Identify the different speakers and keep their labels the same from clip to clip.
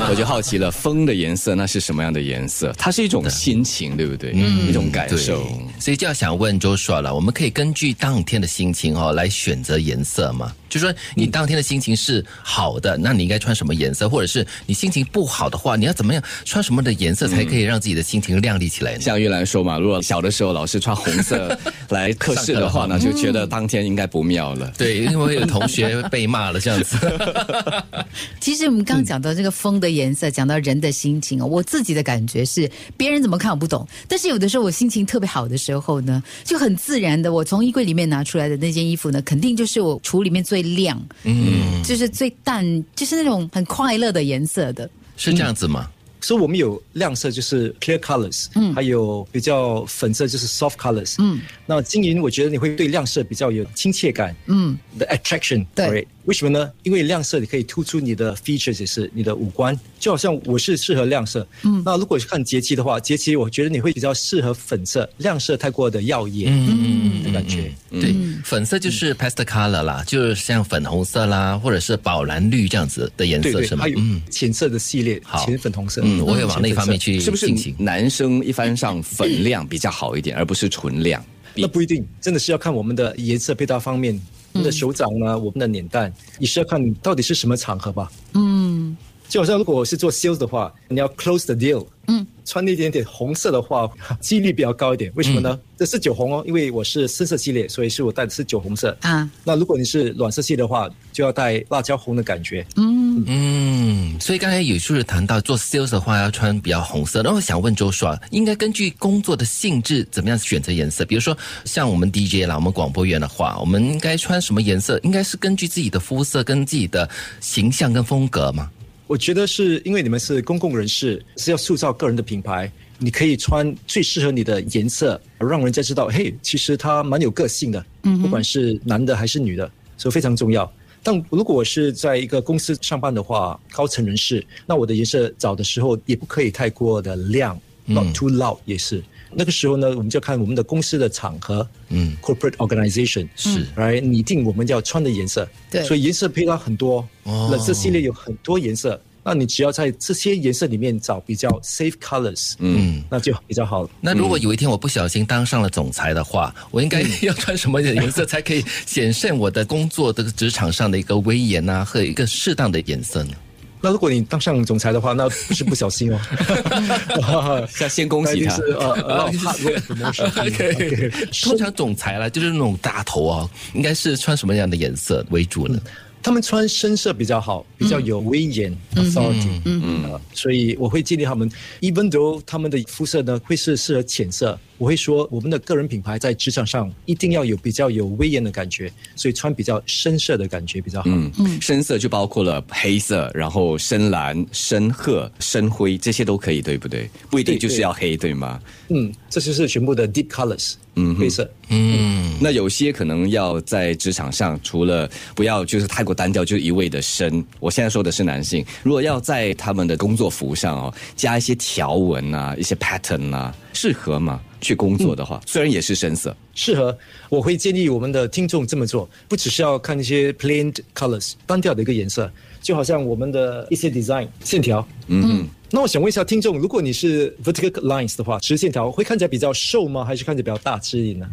Speaker 1: 我就好奇了，风的颜色那是什么样的颜色？它是一种心情，对不对？嗯，一种感
Speaker 2: 对
Speaker 1: 受。，
Speaker 2: 所以就要想问 Joshua 了，我们可以根据当天的心情哦来选择颜色嘛？就说你当天的心情是好的，那你应该穿什么颜色？或者是你心情不好的话，你要怎么样穿什么的颜色才可以让自己的心情亮丽起来呢？
Speaker 1: 像玉兰说嘛，如果小的时候老师穿红 色来课室的话呢，就觉得当天应该不妙了。
Speaker 2: 对，因为有同学被骂了这样 子。
Speaker 3: 嗯
Speaker 4: 其实我们刚讲到这个风的颜色，讲到人的心情哦，我自己的感觉是，别人怎么看我不懂，但是有的时候我心情特别好的时候呢，就很自然的，我从衣柜里面拿出来的那件衣服呢，肯定就是我橱里面最亮，嗯，就是最淡，就是那种很快乐的颜色的。
Speaker 2: 是这样子吗？
Speaker 3: 所以我们有亮色就是 clear colors，嗯，还有比较粉色就是 soft colors，嗯，那经营我觉得你会对亮色比较有亲切感，嗯，the attraction，
Speaker 4: 对
Speaker 3: alright 为什么呢？因为亮色你可以突出你的 features，也是你的五官，就好像我是适合亮色，嗯，那如果是看节气的话，节气我觉得你会比较适合粉色，亮色太过的耀眼，嗯的感觉，
Speaker 2: 对，粉色就是 pastel color 啦，就是像粉红色啦，或者是宝蓝绿这样子的颜
Speaker 3: 对
Speaker 2: 色
Speaker 3: 对
Speaker 2: 是，吗
Speaker 3: 还？有
Speaker 2: 嗯
Speaker 3: 浅色的系列
Speaker 2: 好，
Speaker 3: 浅粉红色，
Speaker 2: 嗯，我会往那
Speaker 3: 浅粉
Speaker 2: 方
Speaker 3: 色
Speaker 2: 面去
Speaker 1: 是不是
Speaker 2: 进行。
Speaker 1: 男生一般上粉亮比较好一点，而不是纯亮？
Speaker 3: 那不一定，真的是要看我们的颜色配搭方面，我们的手掌呢，我们的脸蛋，也是要看到底是什么场合吧。
Speaker 4: 嗯，
Speaker 3: 就好像如果我是做 sales 的话，你要 close the deal，嗯，穿一点点红色的话，几率比较高一点。为什么呢？这是酒红哦，因为我是深色系列，所以是我带的是酒红色
Speaker 4: 啊。
Speaker 3: 那如果你是暖色系的话，就要带辣椒红的感觉。
Speaker 2: 嗯，所以刚才有就是谈到做 sales 的话要穿比较红色，然后想问周爽，应该根据工作的性质怎么样选择颜色？比如说像我们 DJ 啦，我们广播员的话，我们应该穿什么颜色？应该是根据自己的肤色跟自己的形象跟风格嘛？
Speaker 3: 我觉得是因为你们是公共人士，是要塑造个人的品牌，你可以穿最适合你的颜色，让人家知道，嘿，其实他蛮有个性的，
Speaker 2: 嗯
Speaker 3: 不管是男的还是女的，所以非常重要。但如果我是在一个公司上班的话，高层人士，那我的颜色找的时候也不可以太过的亮、
Speaker 2: 嗯
Speaker 3: n o t too loud 也是。那个时候呢，我们就看我们的公司的场合，
Speaker 2: 嗯
Speaker 3: ，corporate organization
Speaker 2: 是
Speaker 3: 来拟定我们要穿的颜色。
Speaker 4: 对
Speaker 3: 所以颜色配搭很多，
Speaker 2: 哦
Speaker 3: 冷色系列有很多颜色，那你只要在这些颜色里面找比较 safe colors，嗯，那就比较好了。
Speaker 2: 那如果有一天我不小心当上了总裁的话，我应该要穿什么颜色才可以显现我的工作的职场上的一个威严啊，和一个适当的颜色呢？
Speaker 3: 那如果你当上总裁的话，那不是不小心哦。
Speaker 1: 要先 恭喜他
Speaker 3: 那就。是呃呃 hard work promotion
Speaker 2: 可以通常总裁啦，就是那种大头啊，应该是穿什么样的颜色为主呢？
Speaker 3: 他们穿深色比较好，比较有威严 authority，嗯嗯，所以我会建议他们，even though 他们的肤色呢会是适合浅色，我会说我们的个人品牌在职场上一定要有比较有威严的感觉，所以穿比较深色的感觉比较好。
Speaker 1: 嗯，深色就包括了黑色，然后深蓝、深褐、深灰，这些都可以，对不对？不一定就是要黑，对吗？
Speaker 3: 嗯，这就是全部的 deep colors，嗯，灰色。
Speaker 2: 嗯，
Speaker 1: 那有些可能要在职场上，除了不要就是太过单调，就是一味的深。我现在说的是男性，如果要在他们的工作服上哦，加一些条纹啊、一些 pattern 啊，适合吗？去工作的话，虽然也是深色，
Speaker 3: 适合，我会建议我们的听众这么做，不只是要看一些 plain colors 单调的一个颜色，就好像我们的一些 design 线条。
Speaker 1: 嗯，
Speaker 3: 那我想问一下听众，如果你是 vertical lines 的话，直线条会看起来比较瘦吗？还是看起来比较大只一 点呢？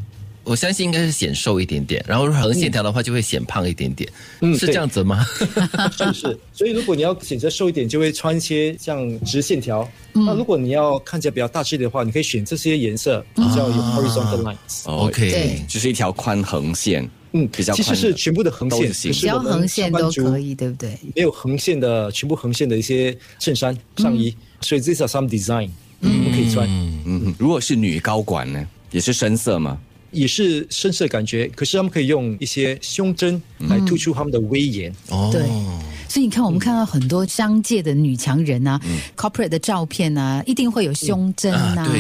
Speaker 2: 我相信应该是显瘦一点点，然后横线条的话就会显胖一点点，
Speaker 3: 嗯
Speaker 2: 是这样子 吗？
Speaker 3: 是是，所以如果你要选择瘦一点，就会穿一些像直线条。
Speaker 4: 嗯
Speaker 3: 那如果你要看起来比较大只一点的话，你可以选这些颜色比较有
Speaker 4: 啊
Speaker 3: horizontal lines。
Speaker 1: 哦
Speaker 2: OK
Speaker 4: 对
Speaker 1: 就是一条宽横线，
Speaker 3: 嗯，
Speaker 1: 比较
Speaker 3: 其
Speaker 1: 宽的
Speaker 3: 实是全部的横
Speaker 1: 都
Speaker 3: 线，
Speaker 1: 行
Speaker 3: 可
Speaker 4: 只
Speaker 3: 是
Speaker 4: 要
Speaker 3: 我们
Speaker 4: 横线
Speaker 3: 上
Speaker 4: 都
Speaker 3: 班族
Speaker 4: 可以，对不对？
Speaker 3: 没有横线的，全部横线的一些衬衫、上衣，
Speaker 4: 嗯
Speaker 3: 所以这是 some design，嗯，可以穿，
Speaker 1: 嗯，如果是女高管呢，也是深色吗？
Speaker 3: 也是深色感觉，可是他们可以用一些胸针来突
Speaker 4: 嗯
Speaker 3: 出他们的威严。
Speaker 2: 哦
Speaker 4: 对所以你看，我们看到很多商界的女强人啊、c o r p o r a t e 的照片啊，一定会有胸针
Speaker 2: 嗯啊对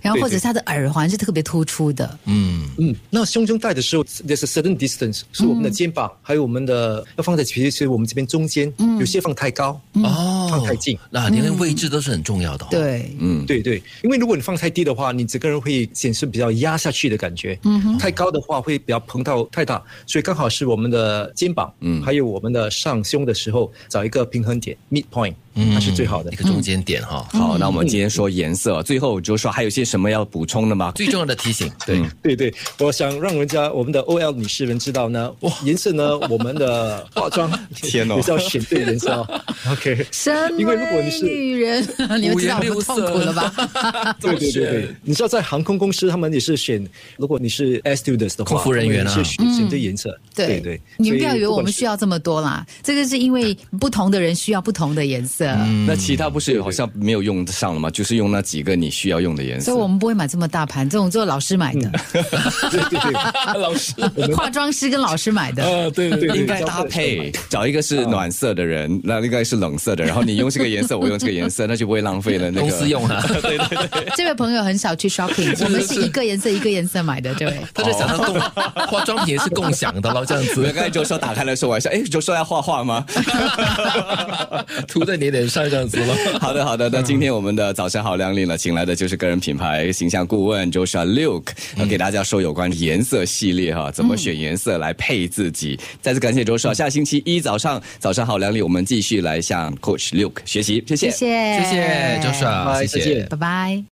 Speaker 4: 然后或者
Speaker 3: 对对
Speaker 4: 是她的耳环是特别突出的，
Speaker 2: 嗯，
Speaker 3: 嗯，那胸针戴的时候，there's a certain distance，是我们的肩膀，还有我们的要放在其实是我们这边中间，有些放太高，
Speaker 2: 哦，
Speaker 3: 放太近，
Speaker 2: 那连位置都是很重要的、哦。。
Speaker 4: 嗯对，
Speaker 1: 嗯，
Speaker 3: 对对，因为如果你放太低的话，你整个人会显示比较压下去的感觉。嗯太高的话会比较膨到太大，所以刚好是我们的肩膀，嗯，还有我们的上胸的时候找一个平衡点 midpoint。那是最好的嗯
Speaker 2: 一。个中间点哈。
Speaker 1: 好，那我们今天说颜色，最后就说还有些什么要补充的吗？
Speaker 2: 最重要的提醒，对，
Speaker 3: 对对，我想让人家我们的 OL 女士们知道呢，颜色呢，我们的化 妆
Speaker 1: 天哦
Speaker 3: 比较选对颜色哦。OK，
Speaker 4: 身
Speaker 3: 因为如果你
Speaker 4: 为
Speaker 3: 是
Speaker 4: 女人，你们知道
Speaker 2: 五颜
Speaker 4: 我
Speaker 2: 六
Speaker 4: 们
Speaker 2: 色
Speaker 4: 痛苦了吧？
Speaker 3: 对对对对，你知道在航空公司他们也是选，如果你是 air stewardess 的话，
Speaker 2: 空服人员啊
Speaker 3: 他们也是
Speaker 1: 嗯
Speaker 3: 选选对颜色。对对，
Speaker 4: 你们不要以为我们
Speaker 3: 需
Speaker 4: 需
Speaker 3: 要。
Speaker 4: 要这么多啦，这个是因为不同的人需要不同的颜色，
Speaker 3: 嗯
Speaker 1: 那其他不是好像没有用得上了吗？就是用那几个你需要用的颜
Speaker 4: 所
Speaker 1: 色
Speaker 4: 以。我们不会买这么大盘，这种只有老师买的，
Speaker 3: 对 对 对，
Speaker 2: 老师，
Speaker 4: 化妆师跟老师买的。
Speaker 2: 呃，啊对
Speaker 3: 对对
Speaker 1: 应该搭配，找一个
Speaker 2: 嗯
Speaker 1: 是暖色的人，那另一个是冷色的，然后你用这个颜色，我用这个颜色，那就不会浪费了那 个
Speaker 2: 公司用啊，
Speaker 4: 这位朋友很少去 shopping，我们是一个颜色一个颜色买的，对。
Speaker 2: 他就想到共
Speaker 3: 哦
Speaker 2: 化妆品也是共享的咯，这样
Speaker 1: 我
Speaker 2: 子
Speaker 1: 刚才就说打开的 时候，我还说，哎，就说要画画吗？
Speaker 2: 涂在你脸上这样子咯。
Speaker 1: 好的，好的。那今天我们的早晨好靓丽呢，请来的就是个人品牌形象顾问 Joshua Luke，、呃
Speaker 2: 嗯
Speaker 1: 给大家说有关颜色系列哈，怎么选颜色来配自己。再次感谢 Joshua，下星期一早上早上好靓丽，我们继续来向 Coach Luke 学习，
Speaker 4: 谢谢，
Speaker 2: 谢谢 Joshua，
Speaker 3: 拜
Speaker 2: 谢
Speaker 3: 再见
Speaker 2: 谢。
Speaker 4: 拜拜。